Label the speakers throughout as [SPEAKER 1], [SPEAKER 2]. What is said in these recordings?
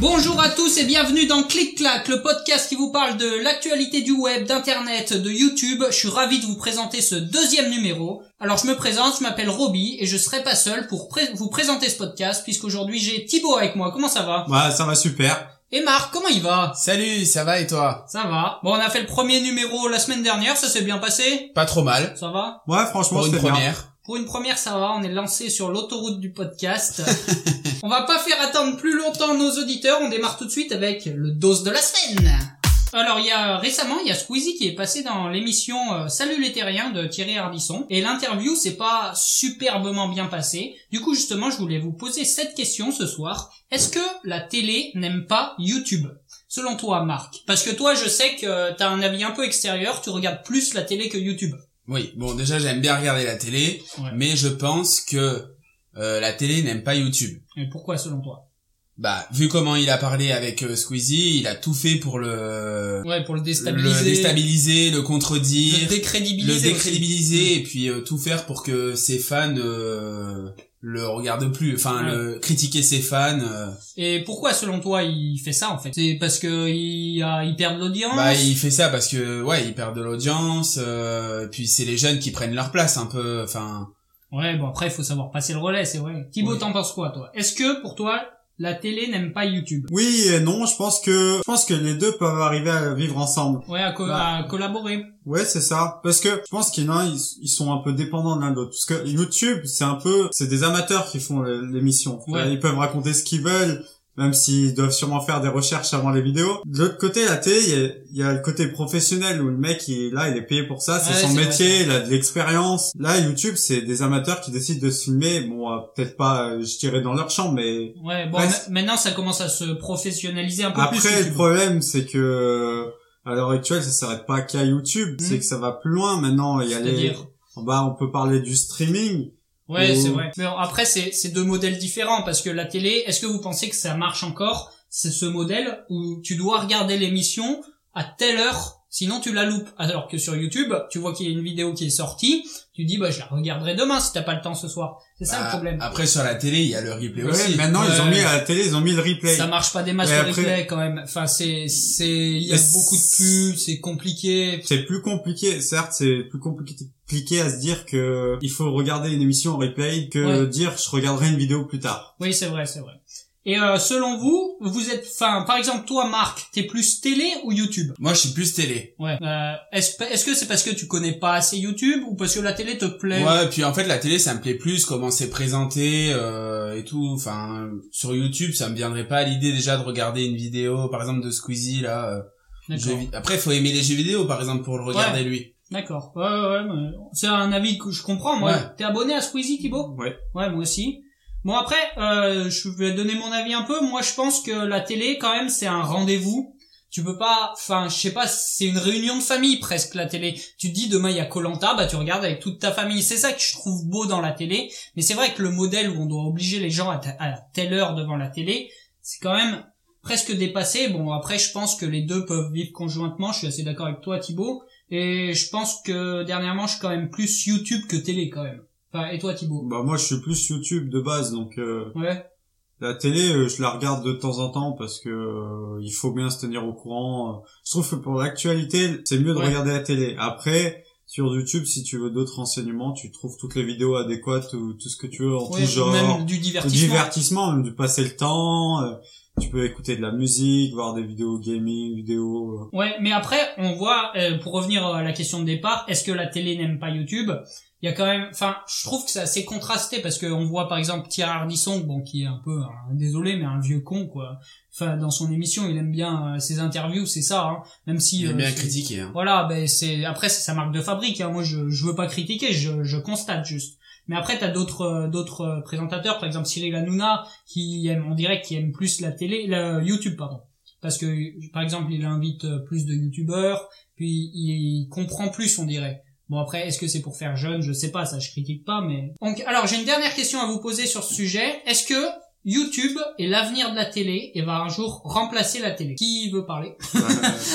[SPEAKER 1] Bonjour à tous et bienvenue dans Click Clack, le podcast qui vous parle de l'actualité du web, d'internet, de YouTube. Je suis ravi de vous présenter ce deuxième numéro. Alors je me présente, je m'appelle Roby et je serai pas seul pour pré- vous présenter ce podcast puisqu'aujourd'hui j'ai Thibaut avec moi. Comment ça va
[SPEAKER 2] Ouais, Bah, ça va super.
[SPEAKER 1] Et Marc, comment il va
[SPEAKER 3] Salut, ça va et toi
[SPEAKER 1] Ça va. Bon, on a fait le premier numéro la semaine dernière, ça s'est bien passé
[SPEAKER 3] Pas trop mal.
[SPEAKER 1] Ça va
[SPEAKER 2] Ouais, franchement,
[SPEAKER 3] Pour une
[SPEAKER 2] c'était bien.
[SPEAKER 3] première.
[SPEAKER 1] Pour une première, ça va, on est lancé sur l'autoroute du podcast. on va pas faire attendre plus longtemps nos auditeurs, on démarre tout de suite avec le dose de la semaine. Alors il y a récemment il y a Squeezie qui est passé dans l'émission euh, Salut les terriens de Thierry Ardisson et l'interview s'est pas superbement bien passée. Du coup justement je voulais vous poser cette question ce soir. Est-ce que la télé n'aime pas YouTube Selon toi Marc Parce que toi je sais que euh, t'as un avis un peu extérieur, tu regardes plus la télé que YouTube.
[SPEAKER 3] Oui, bon déjà j'aime bien regarder la télé,
[SPEAKER 1] Ouais.
[SPEAKER 3] mais je pense que euh, la télé n'aime pas YouTube.
[SPEAKER 1] Mais pourquoi selon toi
[SPEAKER 3] Bah, vu comment il a parlé avec euh, Squeezie, il a tout fait pour le
[SPEAKER 1] Ouais pour le déstabiliser.
[SPEAKER 3] le déstabiliser, le
[SPEAKER 1] le
[SPEAKER 3] contredire,
[SPEAKER 1] décrédibiliser. aussi. Mm.
[SPEAKER 3] décrédibiliser, et puis euh, tout faire pour que ses fans euh, le regardent plus, enfin
[SPEAKER 1] Ouais.
[SPEAKER 3] le critiquer ses fans. euh.
[SPEAKER 1] Et pourquoi selon toi il fait ça en fait C'est parce que il, a- il perd de l'audience
[SPEAKER 3] Bah, il fait ça parce que ouais, il perd de l'audience, euh, puis c'est les jeunes qui prennent leur place un peu, enfin.
[SPEAKER 1] Ouais, bon après, il faut savoir passer le relais, c'est vrai. Thibaut,
[SPEAKER 3] Oui.
[SPEAKER 1] t'en penses quoi, toi Est-ce que, pour toi, la télé n'aime pas YouTube
[SPEAKER 2] Oui et non, je pense que je pense que les deux peuvent arriver à vivre ensemble.
[SPEAKER 1] Ouais, à, co-
[SPEAKER 2] Bah.
[SPEAKER 1] à collaborer.
[SPEAKER 2] Ouais, c'est ça. Parce que je pense qu'il y en a, un, ils, ils sont un peu dépendants l'un de l'autre. Parce que YouTube, c'est un peu, c'est des amateurs qui font le- l'émission. Euh,
[SPEAKER 1] Ouais.
[SPEAKER 2] Ils peuvent raconter ce qu'ils veulent, même s'ils doivent sûrement faire des recherches avant les vidéos. De l'autre côté, la télé, il y a- il y, a le côté professionnel où le mec, il est là, il est payé pour ça, c'est
[SPEAKER 1] Ouais,
[SPEAKER 2] son
[SPEAKER 1] c'est vrai,
[SPEAKER 2] métier,
[SPEAKER 1] c'est
[SPEAKER 2] il a de l'expérience. Là, YouTube, c'est des amateurs qui décident de se filmer. Bon, euh, peut-être pas, euh, je dirais dans leur chambre, mais
[SPEAKER 1] Ouais, bon,
[SPEAKER 2] Ouais,
[SPEAKER 1] ma-
[SPEAKER 2] Bah, c'est-
[SPEAKER 1] maintenant, ça commence à se professionnaliser un peu plus.
[SPEAKER 2] Après, le
[SPEAKER 1] YouTube.
[SPEAKER 2] problème, c'est que euh, à l'heure actuelle, ça s'arrête pas qu'à YouTube,
[SPEAKER 1] Mm.
[SPEAKER 2] c'est que ça va plus loin. Maintenant, il y a les,
[SPEAKER 1] C'est-à-dire
[SPEAKER 2] bah, on peut parler du streaming.
[SPEAKER 1] Ouais,
[SPEAKER 2] Ou-
[SPEAKER 1] c'est vrai. Mais après, c'est c'est deux modèles différents, parce que la télé, est-ce que vous pensez que ça marche encore C'est ce modèle où tu dois regarder l'émission à telle heure, sinon tu la loupes. Alors que sur YouTube, tu vois qu'il y a une vidéo qui est sortie, tu dis, bah, je la regarderai demain si t'as pas le temps ce soir. C'est ça
[SPEAKER 3] Bah,
[SPEAKER 1] le problème.
[SPEAKER 3] Après, sur la télé, il y a le replay
[SPEAKER 2] Ouais,
[SPEAKER 3] aussi.
[SPEAKER 2] maintenant, ils ont
[SPEAKER 1] Ouais.
[SPEAKER 2] mis à la télé, ils ont mis le replay.
[SPEAKER 1] Ça marche pas des masses
[SPEAKER 2] Et
[SPEAKER 1] de
[SPEAKER 2] après-
[SPEAKER 1] replay quand même. Enfin, c'est, c'est, il y a
[SPEAKER 2] Mais c'est-
[SPEAKER 1] beaucoup de pubs, c'est compliqué.
[SPEAKER 2] C'est plus compliqué, certes, c'est plus compliqué à se dire que il faut regarder une émission en replay que
[SPEAKER 1] Ouais.
[SPEAKER 2] dire je regarderai une vidéo plus tard.
[SPEAKER 1] Oui, c'est vrai, c'est vrai. Et euh, selon vous, vous êtes, enfin, par exemple, toi, Marc, t'es plus télé ou YouTube
[SPEAKER 3] Moi, je suis plus télé.
[SPEAKER 1] Ouais. Euh, est-ce, pa- est-ce que c'est parce que tu connais pas assez YouTube ou parce que la télé te plaît
[SPEAKER 3] Ouais, puis en fait, la télé, ça me plaît plus, comment c'est présenté euh, et tout. Enfin, sur YouTube, ça me viendrait pas à l'idée déjà de regarder une vidéo, par exemple, de Squeezie, là. euh,
[SPEAKER 1] D'accord.
[SPEAKER 3] jeux vi- Après, faut aimer les jeux vidéo, par exemple, pour le regarder, lui.
[SPEAKER 1] D'accord. Ouais, ouais, ouais, mais c'est un avis que je comprends. Moi,
[SPEAKER 3] Ouais.
[SPEAKER 1] t'es abonné à Squeezie, Thibaut
[SPEAKER 2] Ouais.
[SPEAKER 1] Ouais, moi aussi. Bon après, euh, je vais donner mon avis un peu. Moi, je pense que la télé, quand même, c'est un rendez-vous. Tu peux pas, enfin, je sais pas, c'est une réunion de famille presque la télé. Tu te dis demain il y a Colanta, bah tu regardes avec toute ta famille. C'est ça que je trouve beau dans la télé. Mais c'est vrai que le modèle où on doit obliger les gens à, ta- à telle heure devant la télé, c'est quand même presque dépassé. Bon après, je pense que les deux peuvent vivre conjointement. Je suis assez d'accord avec toi, Thibaut. Et je pense que dernièrement, je suis quand même plus YouTube que télé quand même. Enfin, et toi, Thibaut
[SPEAKER 2] Bah moi, je suis plus YouTube de base, donc euh,
[SPEAKER 1] Ouais.
[SPEAKER 2] la télé, euh, je la regarde de temps en temps parce que euh, il faut bien se tenir au courant. euh. Je trouve que pour l'actualité, c'est mieux de
[SPEAKER 1] Ouais.
[SPEAKER 2] regarder la télé. Après, sur YouTube, si tu veux d'autres renseignements, tu trouves toutes les vidéos adéquates ou tout ce que tu veux en
[SPEAKER 1] Ouais,
[SPEAKER 2] tout
[SPEAKER 1] ou
[SPEAKER 2] genre.
[SPEAKER 1] même du
[SPEAKER 2] Le
[SPEAKER 1] divertissement.
[SPEAKER 2] divertissement, même de passer le temps. euh, tu peux écouter de la musique, voir des vidéos gaming, vidéos. euh,
[SPEAKER 1] Ouais, mais après, on voit, euh, pour revenir à la question de départ, est-ce que la télé n'aime pas YouTube Il y a quand même, enfin, je trouve que c'est assez contrasté parce qu'on voit par exemple Thierry Ardisson, bon, qui est un peu, un- désolé, mais un vieux con quoi. Enfin, dans son émission, il aime bien euh, ses interviews, c'est ça, hein. même si.
[SPEAKER 3] Il est
[SPEAKER 1] euh,
[SPEAKER 3] bien
[SPEAKER 1] c'est-
[SPEAKER 3] critiqué. Hein.
[SPEAKER 1] Voilà, ben c'est après c'est sa marque de fabrique. Hein. Moi, je je veux pas critiquer, je je constate juste. Mais après, t'as d'autres euh, d'autres euh, présentateurs, par exemple Cyril Hanouna, qui aime on dirait qui aime plus la télé, la euh, YouTube pardon, parce que par exemple il invite euh, plus de youtubeurs, puis il comprend plus on dirait. Bon après, est-ce que c'est pour faire jeune Je sais pas, ça je critique pas, mais donc alors j'ai une dernière question à vous poser sur ce sujet. Est-ce que YouTube est l'avenir de la télé et va un jour remplacer la télé. Qui veut parler
[SPEAKER 2] euh,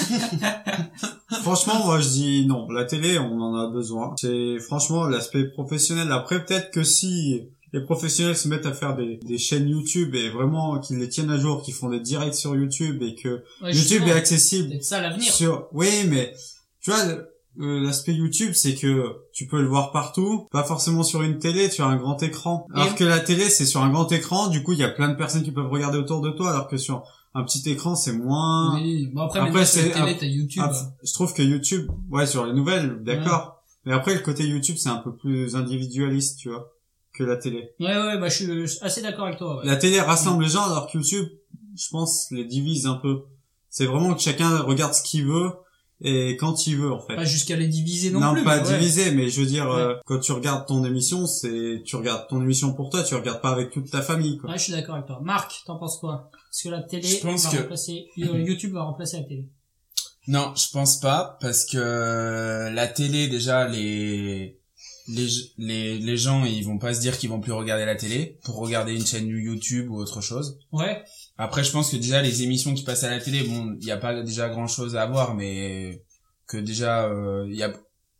[SPEAKER 2] franchement, moi je dis non. La télé, on en a besoin. C'est franchement l'aspect professionnel. Après, peut-être que si les professionnels se mettent à faire des, des chaînes YouTube et vraiment qu'ils les tiennent à jour, qu'ils font des directs sur YouTube et que
[SPEAKER 1] Ouais,
[SPEAKER 2] YouTube
[SPEAKER 1] justement,
[SPEAKER 2] est accessible
[SPEAKER 1] c'est ça l'avenir.
[SPEAKER 2] sur oui mais tu vois euh, l'aspect YouTube c'est que tu peux le voir partout pas forcément sur une télé tu as un grand écran
[SPEAKER 1] Et-
[SPEAKER 2] alors que la télé c'est sur un grand écran du coup il y a plein de personnes qui peuvent regarder autour de toi alors que sur un petit écran c'est moins
[SPEAKER 1] Oui, bon après,
[SPEAKER 2] Après,
[SPEAKER 1] maintenant, c'est
[SPEAKER 2] c'est-
[SPEAKER 1] télé, t'as YouTube.
[SPEAKER 2] Ah, je trouve que YouTube ouais sur les nouvelles d'accord mais après le côté YouTube c'est un peu plus individualiste tu vois que la télé
[SPEAKER 1] Ouais, ouais, bah, je suis je suis assez d'accord avec toi, ouais.
[SPEAKER 2] la télé rassemble les gens alors que YouTube je pense les divise un peu c'est vraiment que chacun regarde ce qu'il veut et quand il veut en fait
[SPEAKER 1] Pas jusqu'à les diviser non, plus.
[SPEAKER 2] pas
[SPEAKER 1] mais ouais.
[SPEAKER 2] divisé, mais je veux dire,
[SPEAKER 1] Ouais.
[SPEAKER 2] euh, quand tu regardes ton émission, c'est tu regardes ton émission pour toi, tu regardes pas avec toute ta famille. Quoi.
[SPEAKER 1] Ouais, je suis d'accord avec toi. Marc, t'en penses quoi Parce que la télé
[SPEAKER 3] Je pense
[SPEAKER 1] va
[SPEAKER 3] que-
[SPEAKER 1] remplacer, euh, YouTube va remplacer la télé.
[SPEAKER 3] Non, je pense pas parce que euh, la télé déjà les les les, les gens ils vont pas se dire qu'ils vont plus regarder la télé pour regarder une chaîne YouTube ou autre chose.
[SPEAKER 1] Ouais,
[SPEAKER 3] Après je pense que déjà les émissions qui passent à la télé bon, il y a pas déjà grand-chose à voir mais que déjà euh, il y a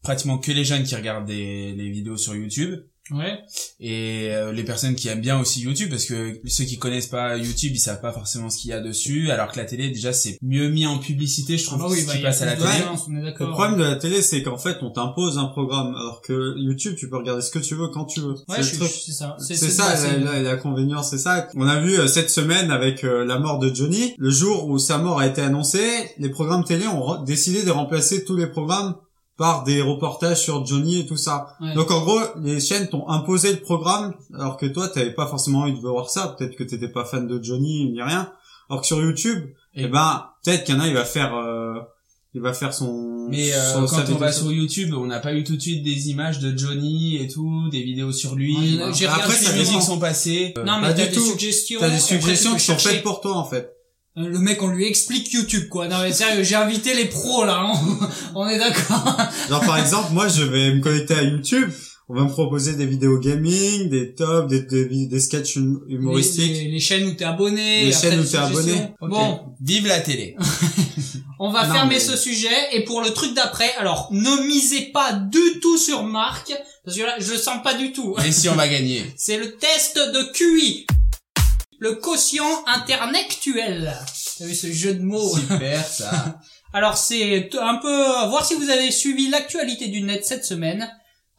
[SPEAKER 3] pratiquement que les jeunes qui regardent des, les vidéos sur YouTube
[SPEAKER 1] ouais,
[SPEAKER 3] et euh, les personnes qui aiment bien aussi YouTube parce que ceux qui connaissent pas YouTube ils savent pas forcément ce qu'il y a dessus alors que la télé déjà c'est mieux mis en publicité je trouve
[SPEAKER 1] Ah
[SPEAKER 3] ce qui
[SPEAKER 1] il y a
[SPEAKER 3] passe à la
[SPEAKER 1] plus de
[SPEAKER 3] télé
[SPEAKER 1] violence, on est
[SPEAKER 2] Le
[SPEAKER 1] d'accord.
[SPEAKER 2] problème de la télé, c'est qu'en fait, on t'impose un programme, alors que YouTube, tu peux regarder ce que tu veux quand tu veux.
[SPEAKER 1] Ouais,
[SPEAKER 2] C'est
[SPEAKER 1] je
[SPEAKER 2] le
[SPEAKER 1] suis-
[SPEAKER 2] truc.
[SPEAKER 1] c'est ça.
[SPEAKER 2] C'est ça, la, la, la convenience, c'est ça. On a vu euh, cette semaine avec euh, la mort de Johnny, le jour où sa mort a été annoncée, les programmes télé ont re- décidé de remplacer tous les programmes par des reportages sur Johnny et tout ça.
[SPEAKER 1] Ouais.
[SPEAKER 2] Donc en gros, les chaînes t'ont imposé le programme, alors que toi, t'avais pas forcément envie de voir ça. Peut-être que t'étais pas fan de Johnny ni rien. Alors que sur YouTube,
[SPEAKER 3] Et-
[SPEAKER 2] eh ben, peut-être qu'il y en a, il va faire, euh, il va faire son.
[SPEAKER 3] Mais euh,
[SPEAKER 2] son- sa
[SPEAKER 3] quand on
[SPEAKER 2] vidéo
[SPEAKER 3] va
[SPEAKER 2] sur-
[SPEAKER 3] sur YouTube, on n'a pas eu tout de suite des images de Johnny et tout, des vidéos sur
[SPEAKER 1] Ouais,
[SPEAKER 3] lui.
[SPEAKER 1] j'ai
[SPEAKER 3] Après,
[SPEAKER 1] regardé
[SPEAKER 3] ces
[SPEAKER 2] ça
[SPEAKER 3] musiques
[SPEAKER 2] dépend.
[SPEAKER 3] sont passées. Euh,
[SPEAKER 1] Non, mais
[SPEAKER 2] pas
[SPEAKER 1] t'as
[SPEAKER 2] du
[SPEAKER 1] des
[SPEAKER 2] tout.
[SPEAKER 1] suggestions.
[SPEAKER 2] T'as
[SPEAKER 1] et
[SPEAKER 2] des
[SPEAKER 1] après, tu
[SPEAKER 2] suggestions
[SPEAKER 1] peux
[SPEAKER 2] qui sont
[SPEAKER 1] chercher.
[SPEAKER 2] faites pour toi en fait.
[SPEAKER 1] Euh, Le mec, on lui explique YouTube, quoi. Non, mais sérieux, j'ai invité les pros, là. hein. On est d'accord.
[SPEAKER 2] Genre par exemple, moi je vais me connecter à YouTube, on va me proposer des vidéos gaming, des tops, des, des, vi- des sketchs hum-
[SPEAKER 1] Les,
[SPEAKER 2] humoristiques.
[SPEAKER 1] les- les chaînes où t'es abonné.
[SPEAKER 2] Les
[SPEAKER 1] après,
[SPEAKER 2] chaînes où
[SPEAKER 1] des
[SPEAKER 2] t'es abonné.
[SPEAKER 1] suggestions.
[SPEAKER 2] Ok.
[SPEAKER 1] Bon,
[SPEAKER 3] Vive la télé.
[SPEAKER 1] On va
[SPEAKER 2] Ah Non,
[SPEAKER 1] fermer
[SPEAKER 2] mais-
[SPEAKER 1] ce sujet et pour le truc d'après, alors ne misez pas du tout sur Marc parce que là je le sens pas du tout.
[SPEAKER 3] Mais si on va gagner.
[SPEAKER 1] C'est le test de QI, le quotient internectuel. T'as vu ce jeu de mots
[SPEAKER 3] Super ça.
[SPEAKER 1] Alors c'est t- un peu à voir si vous avez suivi l'actualité du net cette semaine.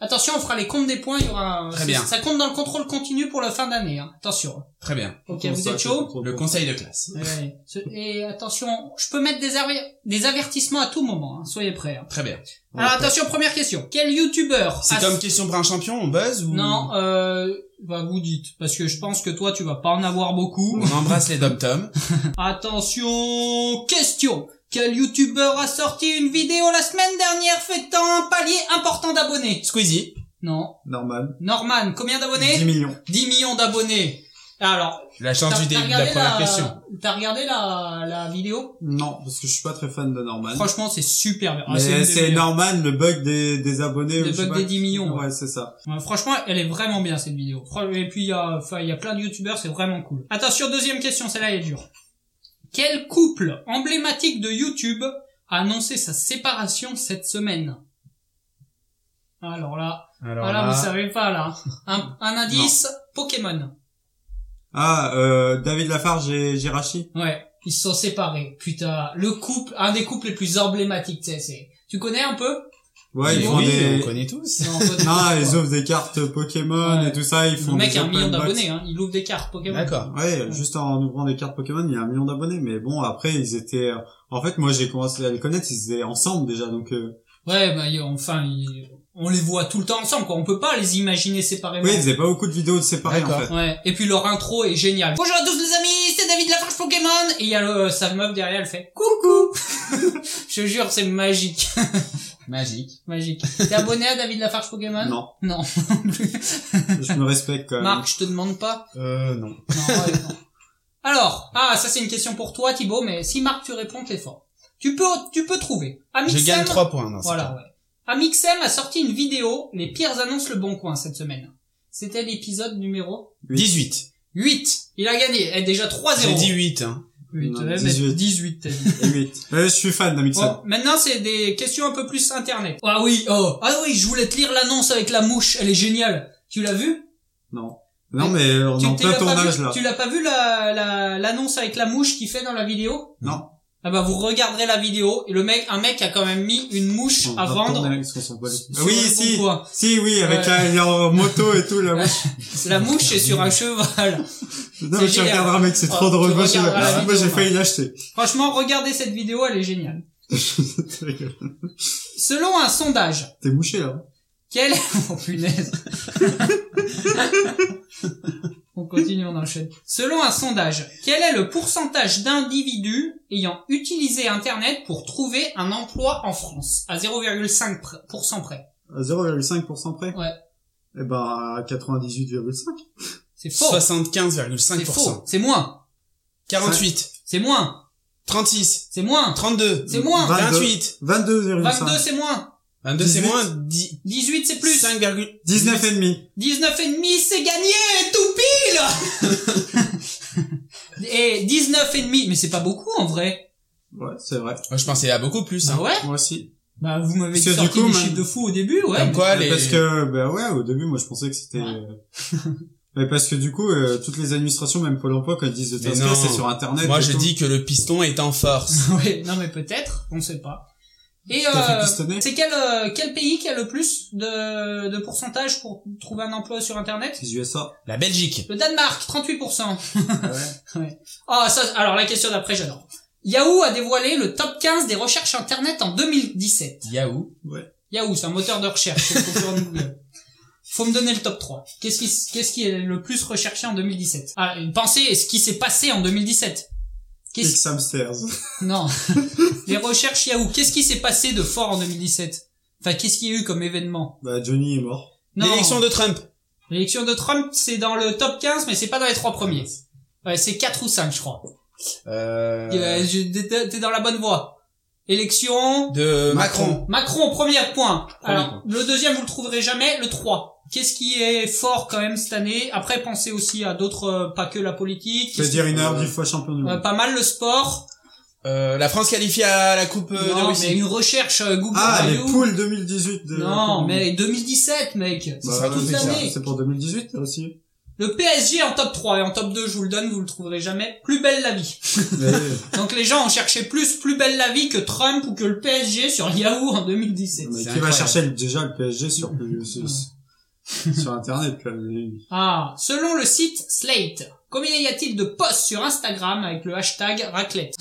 [SPEAKER 1] Attention, on fera les comptes des points. Il y aura un-
[SPEAKER 3] Très bien.
[SPEAKER 1] ça compte dans le contrôle continu pour la fin d'année. hein. Attention.
[SPEAKER 3] Très bien.
[SPEAKER 1] Ok,
[SPEAKER 2] Comme
[SPEAKER 1] vous
[SPEAKER 2] ça,
[SPEAKER 1] êtes
[SPEAKER 2] c'est
[SPEAKER 1] chaud
[SPEAKER 2] trop
[SPEAKER 3] Le
[SPEAKER 2] bon.
[SPEAKER 3] conseil de classe.
[SPEAKER 1] Ouais. Ce- Et attention, je peux mettre des, aver- des avertissements à tout moment. hein. Soyez prêts. hein.
[SPEAKER 3] Très bien.
[SPEAKER 1] Alors
[SPEAKER 2] Ouais.
[SPEAKER 1] attention, première question. Quel youtubeur
[SPEAKER 3] C'est
[SPEAKER 1] a-
[SPEAKER 3] comme question pour un champion, on buzz ou
[SPEAKER 1] Ah, Non, euh, bah vous dites, parce que je pense que toi tu vas pas en avoir beaucoup.
[SPEAKER 3] On embrasse les dom tom.
[SPEAKER 1] attention, question. Quel youtubeur a sorti une vidéo la semaine dernière fêtant un palier important d'abonnés
[SPEAKER 3] Squeezie.
[SPEAKER 1] Non.
[SPEAKER 2] Normal.
[SPEAKER 1] Norman, combien
[SPEAKER 2] 10
[SPEAKER 1] d'abonnés
[SPEAKER 2] millions.
[SPEAKER 1] 10 millions d'abonnés. Alors,
[SPEAKER 3] La
[SPEAKER 1] t'as
[SPEAKER 3] chance
[SPEAKER 1] t'as
[SPEAKER 3] du début de
[SPEAKER 1] regardé
[SPEAKER 3] la première
[SPEAKER 1] la,
[SPEAKER 3] question.
[SPEAKER 1] t'as regardé la, la vidéo
[SPEAKER 2] Non, parce que je suis pas très fan de
[SPEAKER 3] Bah
[SPEAKER 2] Norman.
[SPEAKER 1] Franchement, c'est super bien. Ah,
[SPEAKER 2] Mais
[SPEAKER 1] c'est une des
[SPEAKER 2] c'est
[SPEAKER 1] meilleures.
[SPEAKER 2] Norman, le bug des, des abonnés.
[SPEAKER 1] Le
[SPEAKER 2] ou je sais
[SPEAKER 1] bug
[SPEAKER 2] pas.
[SPEAKER 1] des 10 millions, ouais.
[SPEAKER 2] Ouais, c'est ça.
[SPEAKER 1] Ouais, Euh, franchement, elle est vraiment bien cette vidéo. Fran- Et puis il y a, enfin, il y a plein de youtubeurs, c'est vraiment cool. Attention, deuxième question, celle-là elle est dure. Quel couple emblématique de YouTube a annoncé sa séparation cette semaine Alors là,
[SPEAKER 3] Alors
[SPEAKER 1] voilà,
[SPEAKER 3] là,
[SPEAKER 1] vous savez pas là. Un, un indice, Pokémon.
[SPEAKER 2] Ah, euh, David Lafarge et Jirachi.
[SPEAKER 1] Ouais, ils se sont séparés. Putain, le couple, un des couples les plus emblématiques, tu sais, c'est. Tu connais un peu
[SPEAKER 2] Ouais,
[SPEAKER 1] Ils
[SPEAKER 3] oui,
[SPEAKER 2] ils
[SPEAKER 1] vont
[SPEAKER 2] font
[SPEAKER 3] on
[SPEAKER 2] des...
[SPEAKER 3] connaît tous.
[SPEAKER 1] Non, toi, tu
[SPEAKER 2] Non,
[SPEAKER 1] connais
[SPEAKER 2] ils
[SPEAKER 1] pas.
[SPEAKER 2] ouvrent des cartes Pokémon
[SPEAKER 1] Ouais.
[SPEAKER 2] et tout ça, ils
[SPEAKER 1] Le
[SPEAKER 2] font
[SPEAKER 1] mec
[SPEAKER 2] des
[SPEAKER 1] a un million
[SPEAKER 2] open box.
[SPEAKER 1] d'abonnés, hein. Il ouvre des cartes Pokémon.
[SPEAKER 3] D'accord.
[SPEAKER 2] Ouais, juste en ouvrant des cartes Pokémon, il y a un million d'abonnés. Mais bon, après, ils étaient... euh, En fait, moi, j'ai commencé à les connaître, ils étaient ensemble déjà, donc... euh,
[SPEAKER 1] Ouais, bah, y- enfin, y- on les voit tout le temps ensemble, quoi. On peut pas les imaginer séparément.
[SPEAKER 2] Oui, ils faisaient pas beaucoup de vidéos de séparés, en
[SPEAKER 3] D'accord.
[SPEAKER 2] fait.
[SPEAKER 1] Ouais. Et puis leur intro est géniale. Bonjour à tous les amis, c'est David Lafarge Pokémon. Et il y a le, euh, sa meuf derrière, elle fait coucou. Je te jure, c'est magique,
[SPEAKER 3] Magique.
[SPEAKER 1] magique. T'es abonné à David Lafarge Pokémon
[SPEAKER 2] Non,
[SPEAKER 1] Non.
[SPEAKER 2] je me respecte quand même.
[SPEAKER 1] Marc, je te demande pas.
[SPEAKER 3] Euh, non.
[SPEAKER 1] Non, ouais, non. Alors, ah, ça c'est une question pour toi, Thibaut. Mais si Marc tu réponds, t'es fort. Tu peux, tu peux trouver.
[SPEAKER 3] Je
[SPEAKER 1] Amixem.
[SPEAKER 3] gagne 3 points dans ce
[SPEAKER 1] Ah, Voilà,
[SPEAKER 3] cas.
[SPEAKER 1] ouais. Amixem a sorti une vidéo, les pires annonces le bon coin cette semaine. C'était l'épisode numéro
[SPEAKER 3] 18.
[SPEAKER 1] 8. Il a gagné. Eh, déjà 3-0.
[SPEAKER 3] J'ai dit 8 hein.
[SPEAKER 1] Huit,
[SPEAKER 2] Non,
[SPEAKER 1] ouais, mais
[SPEAKER 2] 18.
[SPEAKER 1] 18, t'as dit.
[SPEAKER 2] Et huit. Euh, je suis fan d'Amixon.
[SPEAKER 1] Bon, maintenant, c'est des questions un peu plus internet. Ah oui, oh. Ah oui, je voulais te lire l'annonce avec la mouche. Elle est géniale. Tu l'as vue?
[SPEAKER 2] Non. Non, mais on est en
[SPEAKER 1] tu
[SPEAKER 2] plein
[SPEAKER 1] l'as pas
[SPEAKER 2] tournage,
[SPEAKER 1] vu-
[SPEAKER 2] là.
[SPEAKER 1] Tu l'as pas vu la, la- l'annonce avec la mouche qu'il fait dans la vidéo
[SPEAKER 2] Non.
[SPEAKER 1] Ah bah vous regarderez la vidéo et le mec, un mec a quand même mis une mouche
[SPEAKER 2] On
[SPEAKER 1] à
[SPEAKER 2] va
[SPEAKER 1] vendre.
[SPEAKER 2] tourner avec ce qu'on s'en bat les-
[SPEAKER 1] sur
[SPEAKER 2] Oui,
[SPEAKER 1] le
[SPEAKER 2] si.
[SPEAKER 1] pourquoi.
[SPEAKER 2] Si, oui, avec la, la moto et tout, là.
[SPEAKER 1] Ouais. La mouche est sur un cheval.
[SPEAKER 2] Non, mais tu
[SPEAKER 1] génial.
[SPEAKER 2] regarderas, mec, c'est
[SPEAKER 1] Oh,
[SPEAKER 2] trop
[SPEAKER 1] tu
[SPEAKER 2] drôle. Moi, j'ai-
[SPEAKER 1] regarderas la
[SPEAKER 2] moi,
[SPEAKER 1] vidéo,
[SPEAKER 2] j'ai
[SPEAKER 1] non.
[SPEAKER 2] failli l'acheter.
[SPEAKER 1] Franchement, regardez cette vidéo, elle est géniale. Selon un sondage,
[SPEAKER 2] T'es mouché, là.
[SPEAKER 1] quel... Oh punaise. on continue, on enchaîne. Selon un sondage, quel est le pourcentage d'individus ayant utilisé Internet pour trouver un emploi en France À 0,5% près.
[SPEAKER 2] À 0,5% près.
[SPEAKER 1] Ouais.
[SPEAKER 2] Eh ben, à 98,5.
[SPEAKER 1] C'est faux. C'est faux.
[SPEAKER 3] 75,5%.
[SPEAKER 1] C'est moins.
[SPEAKER 3] 48.
[SPEAKER 1] C'est moins.
[SPEAKER 3] 36.
[SPEAKER 1] C'est moins.
[SPEAKER 3] 32.
[SPEAKER 1] C'est moins.
[SPEAKER 3] 28.
[SPEAKER 1] 22,
[SPEAKER 2] 22,5.
[SPEAKER 1] c'est moins.
[SPEAKER 3] 22, c'est
[SPEAKER 2] 18.
[SPEAKER 3] moins. 10.
[SPEAKER 1] 18, c'est plus.
[SPEAKER 3] 5,
[SPEAKER 2] 19 et demi.
[SPEAKER 1] 19 et demi, c'est gagné, tout pile Et 19 et demi, mais c'est pas beaucoup en vrai.
[SPEAKER 2] Ouais, c'est vrai.
[SPEAKER 3] Moi, je pensais à beaucoup plus.
[SPEAKER 1] Bah
[SPEAKER 3] Hein.
[SPEAKER 1] ouais.
[SPEAKER 2] Moi aussi.
[SPEAKER 1] Bah vous m'avez
[SPEAKER 2] Parce que
[SPEAKER 1] sorti
[SPEAKER 2] du coup,
[SPEAKER 1] des
[SPEAKER 2] man-
[SPEAKER 1] chiffres de fou au début, Ah ouais.
[SPEAKER 3] Comme
[SPEAKER 1] mais-
[SPEAKER 3] quoi, les...
[SPEAKER 2] Parce que, bah ouais, au début, moi, je pensais que c'était...
[SPEAKER 1] Ouais.
[SPEAKER 2] euh, Mais parce que du coup, euh, toutes les administrations, même Pôle emploi, quand ils disent de
[SPEAKER 3] Mais
[SPEAKER 2] t'inscrire,
[SPEAKER 3] non.
[SPEAKER 2] c'est sur Internet.
[SPEAKER 3] Moi,
[SPEAKER 2] et
[SPEAKER 3] j'ai
[SPEAKER 2] tout.
[SPEAKER 3] dit que le piston est en force.
[SPEAKER 1] Ouais, non mais peut-être, on sait pas. Et
[SPEAKER 2] T'as fait
[SPEAKER 1] euh,
[SPEAKER 2] pistonner
[SPEAKER 1] c'est quel euh, quel pays qui a le plus de de pourcentage pour trouver un emploi sur internet
[SPEAKER 2] Les USA.
[SPEAKER 3] La Belgique.
[SPEAKER 1] Le Danemark, 38
[SPEAKER 2] ouais.
[SPEAKER 1] Ah ça alors la question d'après j'adore. Yahoo a dévoilé le top 15 des recherches internet en 2017.
[SPEAKER 3] Yahoo.
[SPEAKER 1] Yahoo, c'est un moteur de recherche. c'est le concurrent de Google. Faut me donner le top 3. Qu'est-ce qui, s- qu'est-ce qui est le plus recherché en 2017 Ah, pensez à ce qui s'est passé en 2017. Qu'est-ce...
[SPEAKER 2] X-Hamsters.
[SPEAKER 1] Non. Les recherches Yahoo. Qu'est-ce qui s'est passé de fort en 2017 Enfin, qu'est-ce qu'il y a eu comme événement
[SPEAKER 2] Bah, Johnny est mort.
[SPEAKER 1] Non.
[SPEAKER 3] L'élection de Trump.
[SPEAKER 1] L'élection de Trump, c'est dans le top 15, mais c'est pas dans les trois premiers. Ouais, c'est 4 ou 5, je crois.
[SPEAKER 3] Euh...
[SPEAKER 1] Euh, je- t'es- t'es t'es dans la bonne voie. Élection...
[SPEAKER 3] De Macron.
[SPEAKER 2] Macron.
[SPEAKER 1] Macron, premier point.
[SPEAKER 3] Premier
[SPEAKER 1] Alors,
[SPEAKER 3] point.
[SPEAKER 1] le deuxième, vous le trouverez jamais. Le 3. Qu'est-ce qui est fort quand même cette année Après, pensez aussi à d'autres, euh, pas que la politique.
[SPEAKER 2] Je veux dire une heure,
[SPEAKER 3] euh,
[SPEAKER 2] dix fois champion du
[SPEAKER 1] Euh,
[SPEAKER 2] monde.
[SPEAKER 1] pas mal le sport.
[SPEAKER 3] Euh, la France qualifiée à la Coupe euh, de
[SPEAKER 1] non, mais
[SPEAKER 3] Russie.
[SPEAKER 1] une recherche euh, Google
[SPEAKER 2] Ah, les
[SPEAKER 1] Yahoo.
[SPEAKER 2] poules 2018 de...
[SPEAKER 1] Non, mais 2017, mec.
[SPEAKER 2] Bah,
[SPEAKER 3] sera toute
[SPEAKER 2] c'est-
[SPEAKER 1] l'année.
[SPEAKER 2] C'est pour 2018, là, aussi.
[SPEAKER 1] Le PSG en top 3 et en top 2, je vous le donne, vous le trouverez jamais. Plus belle la vie.
[SPEAKER 2] Mais-
[SPEAKER 1] Donc les gens ont cherché plus plus belle la vie que Trump ou que le PSG sur Yahoo en 2017.
[SPEAKER 2] Mais
[SPEAKER 3] C'est
[SPEAKER 2] qui va
[SPEAKER 3] incroyable.
[SPEAKER 2] chercher le- déjà le PSG sur, sur, sur Internet, quoi.
[SPEAKER 1] Ah, selon le site Slate, combien y a-t-il de posts sur Instagram avec le hashtag raclette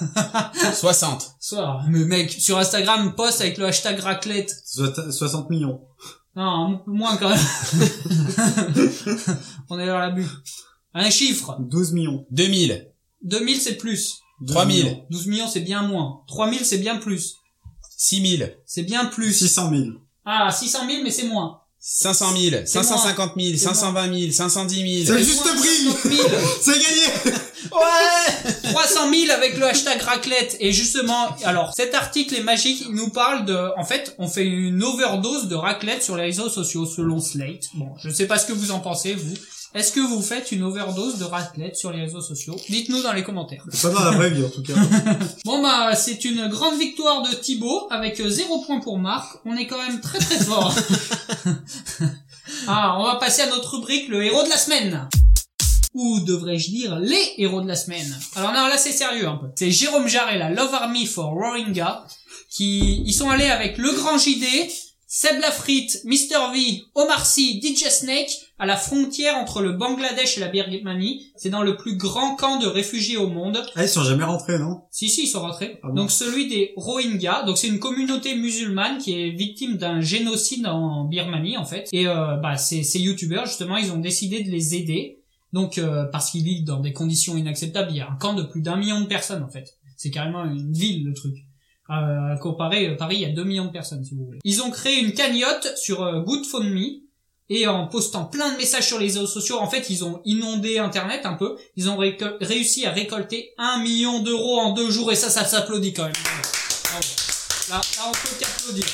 [SPEAKER 3] 60.
[SPEAKER 1] Soit, mais mec, sur Instagram, post avec le hashtag raclette.
[SPEAKER 2] Soit- 60 millions.
[SPEAKER 1] Non, un peu moins quand même. On est dans la bulle. Un chiffre.
[SPEAKER 2] 12 millions.
[SPEAKER 3] 2000.
[SPEAKER 1] 2000 c'est plus.
[SPEAKER 2] 12
[SPEAKER 3] 3000.
[SPEAKER 2] millions.
[SPEAKER 1] 12 millions c'est bien moins. 3000 c'est bien plus.
[SPEAKER 3] 6000.
[SPEAKER 1] C'est bien plus.
[SPEAKER 2] 600 000.
[SPEAKER 1] Ah, 600 000 mais c'est moins.
[SPEAKER 3] 500 000. 550 000.
[SPEAKER 1] C'est
[SPEAKER 3] 520 000. 510 000.
[SPEAKER 2] C'est juste
[SPEAKER 1] moins
[SPEAKER 2] le
[SPEAKER 1] 60
[SPEAKER 2] prix.
[SPEAKER 1] 000.
[SPEAKER 2] C'est gagné!
[SPEAKER 3] Ouais
[SPEAKER 1] 300 000 avec le hashtag raclette. Et justement, alors, cet article est magique. Il nous parle de, en fait, on fait une overdose de raclette sur les réseaux sociaux selon Slate. Bon, je sais pas ce que vous en pensez, vous. Est-ce que vous faites une overdose de raclette sur les réseaux sociaux? Dites-nous dans les commentaires.
[SPEAKER 2] Pas dans la vraie vie, en tout cas.
[SPEAKER 1] Bon, bah, c'est une grande victoire de Thibaut avec euh, zéro point pour Marc. On est quand même très très fort. ah, on va passer à notre rubrique, le héros de la semaine. Ou devrais-je dire les héros de la semaine Alors non, là c'est sérieux un peu. C'est Jérôme Jarre et la Love Army for Rohingya qui ils sont allés avec Le Grand JD, Seb Lafrite, Mr V, Omar Sy, DJ Snake à la frontière entre le Bangladesh et la Birmanie. C'est dans le plus grand camp de réfugiés au monde.
[SPEAKER 2] Ah, ils sont jamais rentrés, non?
[SPEAKER 1] Si, si, ils sont rentrés.
[SPEAKER 2] Ah bon
[SPEAKER 1] donc celui des Rohingyas, donc c'est une communauté musulmane qui est victime d'un génocide en Birmanie en fait. Et euh, bah, ces, ces youtubeurs justement, ils ont décidé de les aider. Donc euh, parce qu'ils vivent dans des conditions inacceptables, il y a un camp de plus d'un million de personnes en fait. C'est carrément une ville le truc. Euh, comparé euh, Paris, il y a 2 millions de personnes si vous voulez. Ils ont créé une cagnotte sur euh, GoodFundMe et en postant plein de messages sur les réseaux sociaux, en fait, ils ont inondé Internet un peu. Ils ont récol- réussi à récolter un million d'euros en deux jours et ça, ça s'applaudit quand même. Bravo. Là, là, on peut qu'applaudir.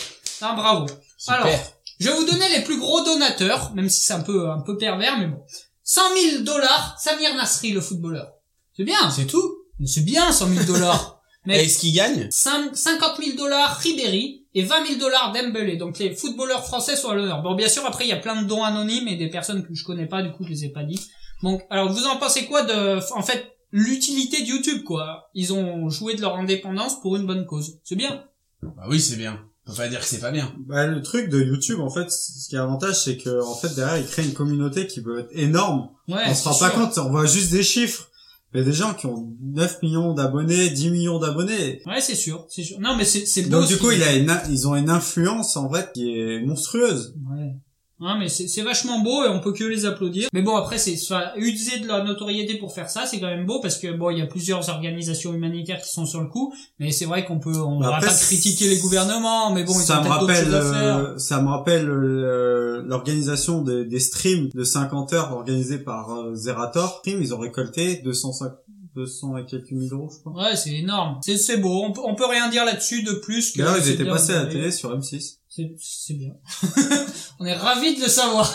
[SPEAKER 1] Là, bravo.
[SPEAKER 3] Super.
[SPEAKER 1] Alors, je vais vous donner les plus gros donateurs, même si c'est un peu, un peu pervers, mais bon. 100 000 dollars, Samir Nasri, le footballeur. C'est bien.
[SPEAKER 3] C'est tout
[SPEAKER 1] C'est bien, 100 000 dollars.
[SPEAKER 3] Et
[SPEAKER 1] Mec,
[SPEAKER 3] ce qu'ils gagnent,
[SPEAKER 1] cin- 50 000 dollars Ribéry et 20 000 dollars Dembélé. Donc les footballeurs français sont à l'honneur. Bon, bien sûr, après, il y a plein de dons anonymes et des personnes que je connais pas, du coup, je les ai pas dit. Donc, alors, vous en pensez quoi de, en fait, l'utilité de YouTube, quoi? Ils ont joué de leur indépendance pour une bonne cause. C'est bien.
[SPEAKER 3] bah oui, c'est bien. On peut pas dire que c'est pas bien.
[SPEAKER 2] Bah, le truc de YouTube, en fait, ce qui est avantage, c'est que, en fait, derrière, il crée une communauté qui peut être énorme.
[SPEAKER 1] Ouais.
[SPEAKER 2] on se rend
[SPEAKER 1] c'est
[SPEAKER 2] pas
[SPEAKER 1] sûr.
[SPEAKER 2] compte, on voit juste des chiffres. Mais des gens qui ont 9 millions d'abonnés, 10 millions d'abonnés.
[SPEAKER 1] Ouais, c'est sûr, c'est sûr. Non, mais c'est, c'est beau.
[SPEAKER 2] Donc, du
[SPEAKER 1] ce
[SPEAKER 2] coup,
[SPEAKER 1] qu'ils-
[SPEAKER 2] il a une in- ils ont une influence, en fait, qui est monstrueuse.
[SPEAKER 1] Ouais. Ouais, mais c'est c'est vachement beau et on peut que les applaudir. Mais bon, après, c'est enfin, user de la notoriété pour faire ça, c'est quand même beau parce que bon, il y a plusieurs organisations humanitaires qui sont sur le coup, mais c'est vrai qu'on peut, on
[SPEAKER 2] Bah,
[SPEAKER 1] va
[SPEAKER 2] après,
[SPEAKER 1] pas critiquer les gouvernements, mais bon, ils
[SPEAKER 2] ça,
[SPEAKER 1] ont
[SPEAKER 2] me
[SPEAKER 1] peut-être d'autres
[SPEAKER 2] rappelle,
[SPEAKER 1] choses à faire.
[SPEAKER 2] euh, ça me rappelle, euh, l'organisation des, des streams de 50 heures organisés par euh, Zerator. Stream, ils ont récolté 205 200 et quelques mille euros, je crois.
[SPEAKER 1] Ouais, c'est énorme. C'est c'est beau. On peut, on peut rien dire là-dessus de plus que.
[SPEAKER 2] D'ailleurs, ils
[SPEAKER 1] c'est
[SPEAKER 2] étaient
[SPEAKER 1] bien
[SPEAKER 2] passés à la
[SPEAKER 1] géré.
[SPEAKER 2] télé sur M6.
[SPEAKER 1] C'est c'est bien. on est ravis de le savoir.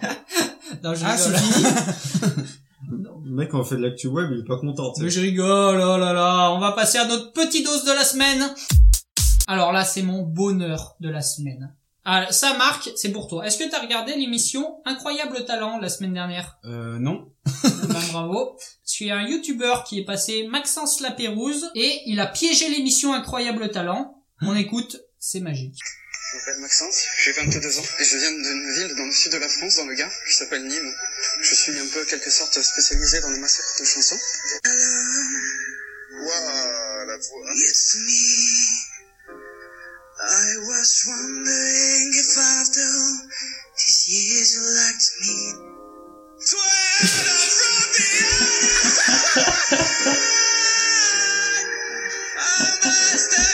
[SPEAKER 1] non, je
[SPEAKER 3] Ah,
[SPEAKER 1] rigole.
[SPEAKER 3] c'est fini
[SPEAKER 2] Le mec, quand on fait de l'actu web, il est pas content, tu sais.
[SPEAKER 1] Mais je rigole, oh là là, on va passer à notre petite dose de la semaine. Alors là, c'est mon bonheur de la semaine. Ah, ça, Marc, c'est pour toi. Est-ce que t'as regardé l'émission Incroyable Talent la semaine dernière
[SPEAKER 3] Euh, non.
[SPEAKER 1] Ben, Bravo. Parce qu'il y a un youtubeur qui est passé, Maxence Lapérouse, et il a piégé l'émission Incroyable Talent. On écoute, c'est magique.
[SPEAKER 4] Je m'appelle Maxence, j'ai 22 ans et je viens d'une ville dans le sud de la France, dans le Gard, qui s'appelle Nîmes. Je suis un peu, en quelque sorte, spécialisé dans le massacre de chansons. Waouh, la voix
[SPEAKER 5] It's me. I was wondering if after all these years you liked me.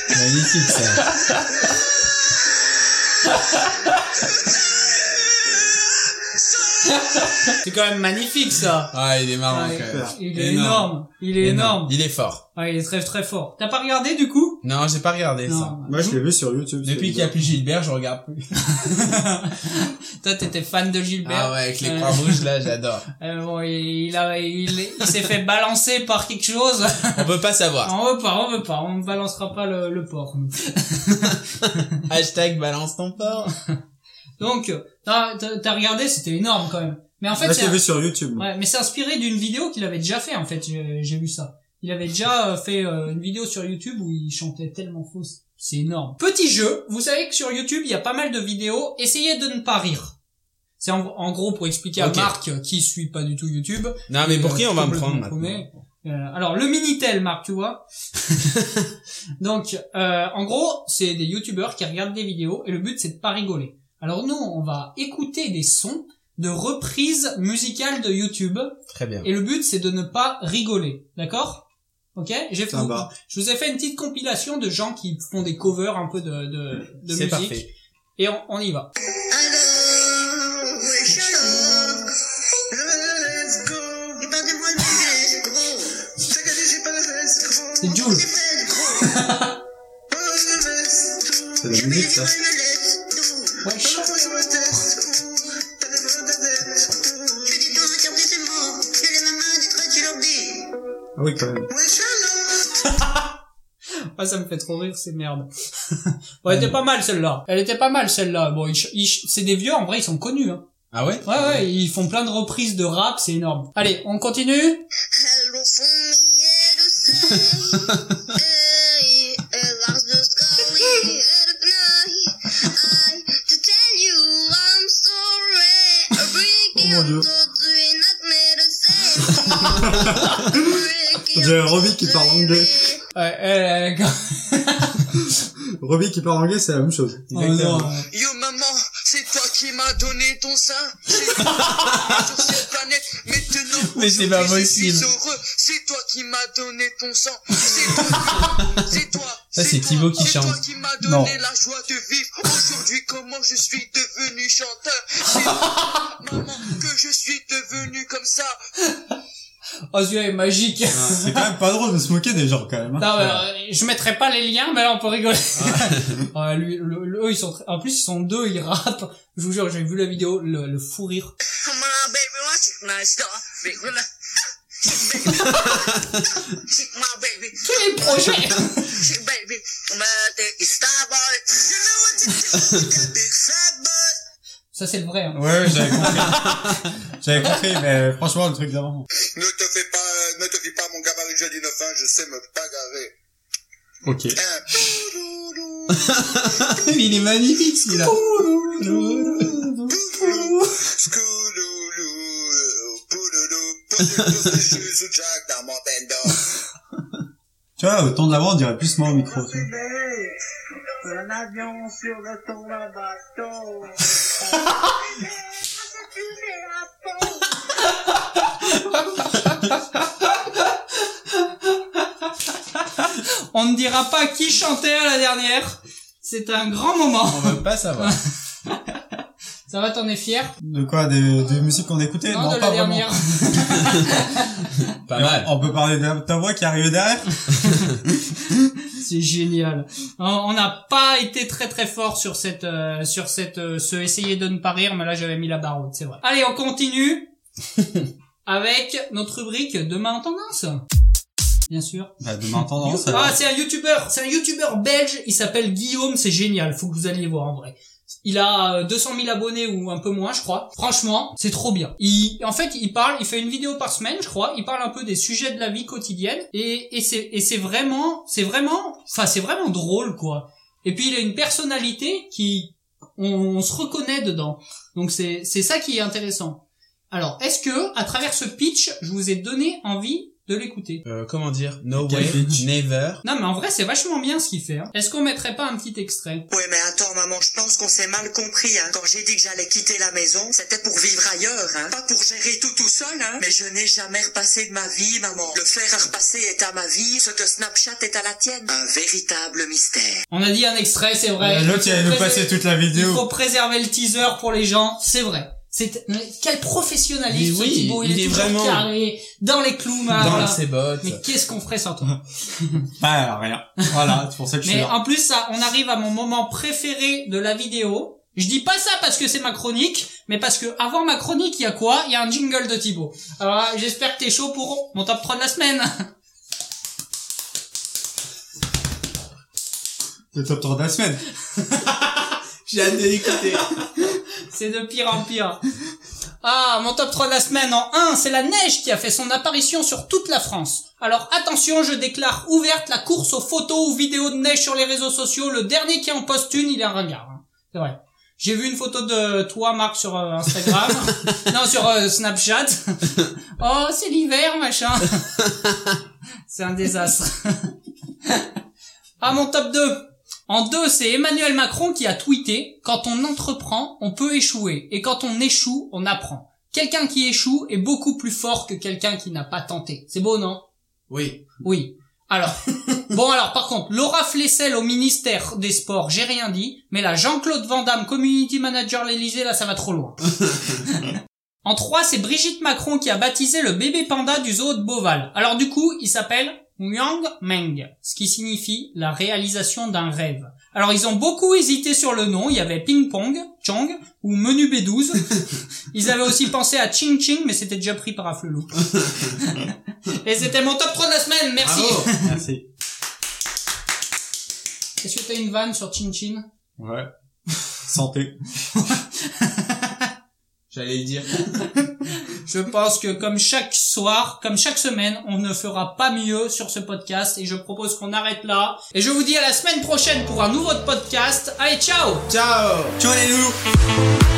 [SPEAKER 3] Magnifique, ça.
[SPEAKER 1] C'est quand même magnifique, ça.
[SPEAKER 3] Ah, il est marrant,
[SPEAKER 1] Ouais,
[SPEAKER 3] quand même.
[SPEAKER 1] il est énorme. Il est énorme.
[SPEAKER 3] Il est fort.
[SPEAKER 1] Ah, il est très très fort. T'as pas regardé, du coup
[SPEAKER 3] Non, j'ai pas regardé ça.
[SPEAKER 2] Moi, je l'ai vu sur YouTube.
[SPEAKER 3] Depuis
[SPEAKER 2] c'est-
[SPEAKER 3] qu'il y a plus Gilbert, je regarde plus.
[SPEAKER 1] Toi, t'étais fan de Gilbert.
[SPEAKER 3] Ah ouais, avec les
[SPEAKER 1] Euh,
[SPEAKER 3] croix rouges, là, j'adore.
[SPEAKER 1] Euh, bon, il, a, il, il s'est fait balancer par quelque chose.
[SPEAKER 3] On peut pas savoir.
[SPEAKER 1] On veut pas, on veut pas, on ne balancera pas le, le porc. nous.
[SPEAKER 3] Hashtag balance ton porc.
[SPEAKER 1] Donc, t'as t'as- t'as regardé, c'était énorme quand même. Mais en fait,
[SPEAKER 2] Moi, je
[SPEAKER 1] c'est
[SPEAKER 2] l'ai
[SPEAKER 1] un-
[SPEAKER 2] vu sur YouTube.
[SPEAKER 1] ouais, mais c'est inspiré d'une vidéo qu'il avait déjà fait. En fait, j'ai j'ai vu ça. Il avait déjà euh, fait euh, une vidéo sur YouTube où il chantait tellement faux. C'est énorme. Petit jeu. Vous savez que sur YouTube, il y a pas mal de vidéos. Essayez de ne pas rire. C'est en, en gros pour expliquer
[SPEAKER 3] Ok.
[SPEAKER 1] à Marc euh, qui suit pas du tout YouTube.
[SPEAKER 3] Non, Ah, mais pour
[SPEAKER 1] Euh,
[SPEAKER 3] qui on va me prendre
[SPEAKER 1] complètement
[SPEAKER 3] maintenant
[SPEAKER 1] paumé. Euh, alors le minitel, Marc, tu vois. Donc, euh, en gros, c'est des youtubeurs qui regardent des vidéos et le but c'est de pas rigoler. Alors nous, on va écouter des sons de reprises musicales de YouTube
[SPEAKER 3] Très bien.
[SPEAKER 1] et le but c'est de ne pas rigoler, d'accord Ok, j'ai fait.
[SPEAKER 2] Ça va.
[SPEAKER 1] Je vous ai fait une petite compilation de gens qui font des covers un peu de de, de
[SPEAKER 3] C'est
[SPEAKER 1] musique
[SPEAKER 3] parfait.
[SPEAKER 1] et on, on y va.
[SPEAKER 5] Alors, wish
[SPEAKER 4] Let's go,
[SPEAKER 5] Il parle de moi le plus gros.
[SPEAKER 4] t'as gagné, j'ai pas le reste, gros.
[SPEAKER 1] C'est
[SPEAKER 5] On
[SPEAKER 1] Jules.
[SPEAKER 5] est pas le gros.
[SPEAKER 4] Oh, le reste, tout.
[SPEAKER 2] C'est la
[SPEAKER 5] Je me
[SPEAKER 2] musique,
[SPEAKER 5] laisse,
[SPEAKER 2] ça.
[SPEAKER 5] moi, je me laisse tout.
[SPEAKER 4] Dans le
[SPEAKER 1] Ouais,
[SPEAKER 4] fond, je reste, tout. T'as le bon, t'as le bon.
[SPEAKER 5] Je détourne sur des semences. Je lève ma main, détruis, tu leur dis.
[SPEAKER 2] Ah oui, quand même.
[SPEAKER 5] Wesh alors.
[SPEAKER 1] Ah, ça me fait trop rire, ces merdes. bon, elle était pas mal, celle-là. Elle était pas mal, celle-là. Bon, ils ch- ils ch- c'est des vieux, en vrai, ils sont connus. Hein.
[SPEAKER 3] Ah ouais
[SPEAKER 1] Ouais, ouais, ils font plein de reprises de rap, c'est énorme. Allez, on continue
[SPEAKER 5] Hello from me, hello say, hey, lost the sky at night. I to tell you I'm sorry. A
[SPEAKER 2] Oh
[SPEAKER 5] breaking
[SPEAKER 2] mon Dieu.
[SPEAKER 5] thoughts we not made a sense.
[SPEAKER 2] On dirait Robbie qui parle anglais.
[SPEAKER 1] Ouais, euh, elle, elle-
[SPEAKER 2] Robbie qui parle anglais, c'est la même chose.
[SPEAKER 1] Oh non.
[SPEAKER 4] Yo maman, c'est toi qui m'as donné ton sein. C'est toi qui m'as mis sur cette planète. Maintenant,
[SPEAKER 3] Mais c'est pas
[SPEAKER 4] aujourd'hui, Je suis
[SPEAKER 3] possible.
[SPEAKER 4] heureux. C'est toi qui m'as donné ton sang. C'est toi. qui- C'est toi.
[SPEAKER 3] Ça, c'est Thibaut qui
[SPEAKER 4] C'est toi
[SPEAKER 3] chante.
[SPEAKER 4] qui m'as
[SPEAKER 2] Non.
[SPEAKER 4] donné la joie de vivre. Aujourd'hui, comment je suis devenu chanteur. C'est toi, maman, que je suis devenu comme ça.
[SPEAKER 1] Oh, celui-là est magique.
[SPEAKER 2] Ah, C'est quand même pas drôle de se moquer des gens, quand même. hein.
[SPEAKER 1] Non, mais, euh, je mettrai pas les liens, mais là, on peut rigoler. Ah, lui, le- le- eux, ils sont... très- En plus, ils sont deux, ils rappent. Je vous jure, j'ai vu la vidéo, le, le fou rire.
[SPEAKER 5] Come on, baby, watch it, my star, big relax. Big baby, Check my baby,
[SPEAKER 1] mes projets
[SPEAKER 5] Shit, baby, mother, you starboy. You know what to do with that big fat butt.
[SPEAKER 1] Ça, c'est le vrai. hein.
[SPEAKER 2] Ouais, j'avais compris. j'avais compris, mais franchement, le truc d'avant.
[SPEAKER 4] Ne te fais pas, ne te fie pas à mon gabarit, je dis 9 ans, je sais me bagarrer.
[SPEAKER 2] Ok.
[SPEAKER 4] Hein.
[SPEAKER 2] Il est magnifique, celui-là.
[SPEAKER 4] Scouloulou, pouloulou, pouloulou, je suis sous Jack dans mon bendo.
[SPEAKER 2] Tu vois, autant de l'avant, on dirait plus moi au micro. tu vois.
[SPEAKER 5] Un avion sur le ton d'un bateau.
[SPEAKER 1] On ne dira pas qui chantait à la dernière. C'est un grand moment.
[SPEAKER 3] On veut pas savoir.
[SPEAKER 1] Ça va, t'en es fier
[SPEAKER 2] De quoi Des, des musiques qu'on écoutait
[SPEAKER 1] Non, de la
[SPEAKER 2] pas vraiment.
[SPEAKER 1] dernière.
[SPEAKER 3] Pas
[SPEAKER 2] Et on-
[SPEAKER 3] mal.
[SPEAKER 2] On peut parler de ta voix qui arrive derrière
[SPEAKER 1] C'est génial. On- On n'a pas été très très fort sur cette euh, sur cette euh, se essayer de ne pas rire, mais là j'avais mis la barre haute, c'est vrai. Allez, on continue avec notre rubrique demain en tendance. Bien sûr.
[SPEAKER 2] Bah, de m'entendre, ça
[SPEAKER 1] ah, c'est un youtubeur, c'est un youtubeur belge, il s'appelle Guillaume, c'est génial, faut que vous alliez voir en vrai. Il a euh, 200 000 abonnés ou un peu moins, je crois. Franchement, c'est trop bien. Il, en fait, il parle, il fait une vidéo par semaine, je crois. Il parle un peu des sujets de la vie quotidienne et, et c'est, et c'est vraiment, c'est vraiment, enfin, c'est vraiment drôle, quoi. Et puis il a une personnalité qui, on, on se reconnaît dedans. Donc c'est, c'est ça qui est intéressant. Alors, est-ce que, à travers ce pitch, je vous ai donné envie de l'écouter?
[SPEAKER 3] Euh, comment dire No
[SPEAKER 2] Quel
[SPEAKER 3] way,
[SPEAKER 2] pitch
[SPEAKER 3] never.
[SPEAKER 1] Non mais en vrai c'est vachement bien ce qu'il fait. hein. Est-ce qu'on mettrait pas un petit extrait
[SPEAKER 5] Ouais, mais attends, maman, je pense qu'on s'est mal compris, hein. Quand j'ai dit que j'allais quitter la maison, c'était pour vivre ailleurs, hein. Pas pour gérer tout tout seul, hein. Mais je n'ai jamais repassé de ma vie, maman. Le fer à repasser est à ma vie, ce que Snapchat est à la tienne. Un véritable mystère.
[SPEAKER 1] On a dit un extrait, c'est vrai.
[SPEAKER 2] Euh, L'autre, il allait nous passer
[SPEAKER 1] passer
[SPEAKER 2] toute la
[SPEAKER 1] Il
[SPEAKER 2] vidéo.
[SPEAKER 1] faut préserver le teaser pour les gens, c'est vrai. C'est mais quel professionnalisme
[SPEAKER 3] Mais
[SPEAKER 1] ce
[SPEAKER 3] oui,
[SPEAKER 1] Thibaut, il,
[SPEAKER 3] il
[SPEAKER 1] est,
[SPEAKER 3] est
[SPEAKER 1] toujours
[SPEAKER 3] vraiment-
[SPEAKER 1] carré dans les clous, ma-
[SPEAKER 3] Dans
[SPEAKER 1] voilà.
[SPEAKER 3] ses bottes.
[SPEAKER 1] Mais qu'est-ce qu'on ferait sans toi
[SPEAKER 2] Bah, rien. Voilà, c'est pour ça que je suis
[SPEAKER 1] Mais
[SPEAKER 2] là.
[SPEAKER 1] en plus ça, on arrive à mon moment préféré de la vidéo. Je dis pas ça parce que c'est ma chronique, mais parce que avant ma chronique, il y a quoi Il y a un jingle de Thibaut. Alors là, j'espère que t'es chaud pour mon top 3 de la semaine.
[SPEAKER 2] Le top 3 de la semaine.
[SPEAKER 3] J'ai hâte de l'écouter.
[SPEAKER 1] C'est de pire en pire. Ah, mon top 3 de la semaine en 1, c'est la neige qui a fait son apparition sur toute la France. Alors attention, je déclare ouverte la course aux photos ou vidéos de neige sur les réseaux sociaux. Le dernier qui en poste une, il est un regard. C'est vrai. J'ai vu une photo de toi, Marc, sur euh, Instagram. non, sur euh, Snapchat. oh, c'est l'hiver, machin. c'est un désastre. ah, mon top 2. En deux, c'est Emmanuel Macron qui a tweeté Quand on entreprend, on peut échouer. Et quand on échoue, on apprend. Quelqu'un qui échoue est beaucoup plus fort que quelqu'un qui n'a pas tenté. C'est beau, non
[SPEAKER 3] Oui.
[SPEAKER 1] Oui. Alors, bon alors par contre, Laura Flessel au ministère des Sports, j'ai rien dit, mais là, Jean-Claude Van Damme, Community Manager l'Elysée, là ça va trop loin. en 3, c'est Brigitte Macron qui a baptisé le bébé panda du zoo de Beauval. Alors du coup, il s'appelle Myang Meng, ce qui signifie la réalisation d'un rêve. Alors ils ont beaucoup hésité sur le nom, il y avait Ping Pong, Chong ou Menu B12. Ils avaient aussi pensé à Ching Ching, mais c'était déjà pris par Afflelou. Et c'était mon top 3 de la semaine, merci
[SPEAKER 2] Merci.
[SPEAKER 1] Est-ce que t'as une vanne sur Chin Chin
[SPEAKER 2] Ouais. Santé.
[SPEAKER 3] J'allais le dire.
[SPEAKER 1] Je pense que comme chaque soir, comme chaque semaine, on ne fera pas mieux sur ce podcast et je propose qu'on arrête là. Et je vous dis à la semaine prochaine pour un nouveau podcast. Allez, ciao
[SPEAKER 3] Ciao
[SPEAKER 2] Ciao les loups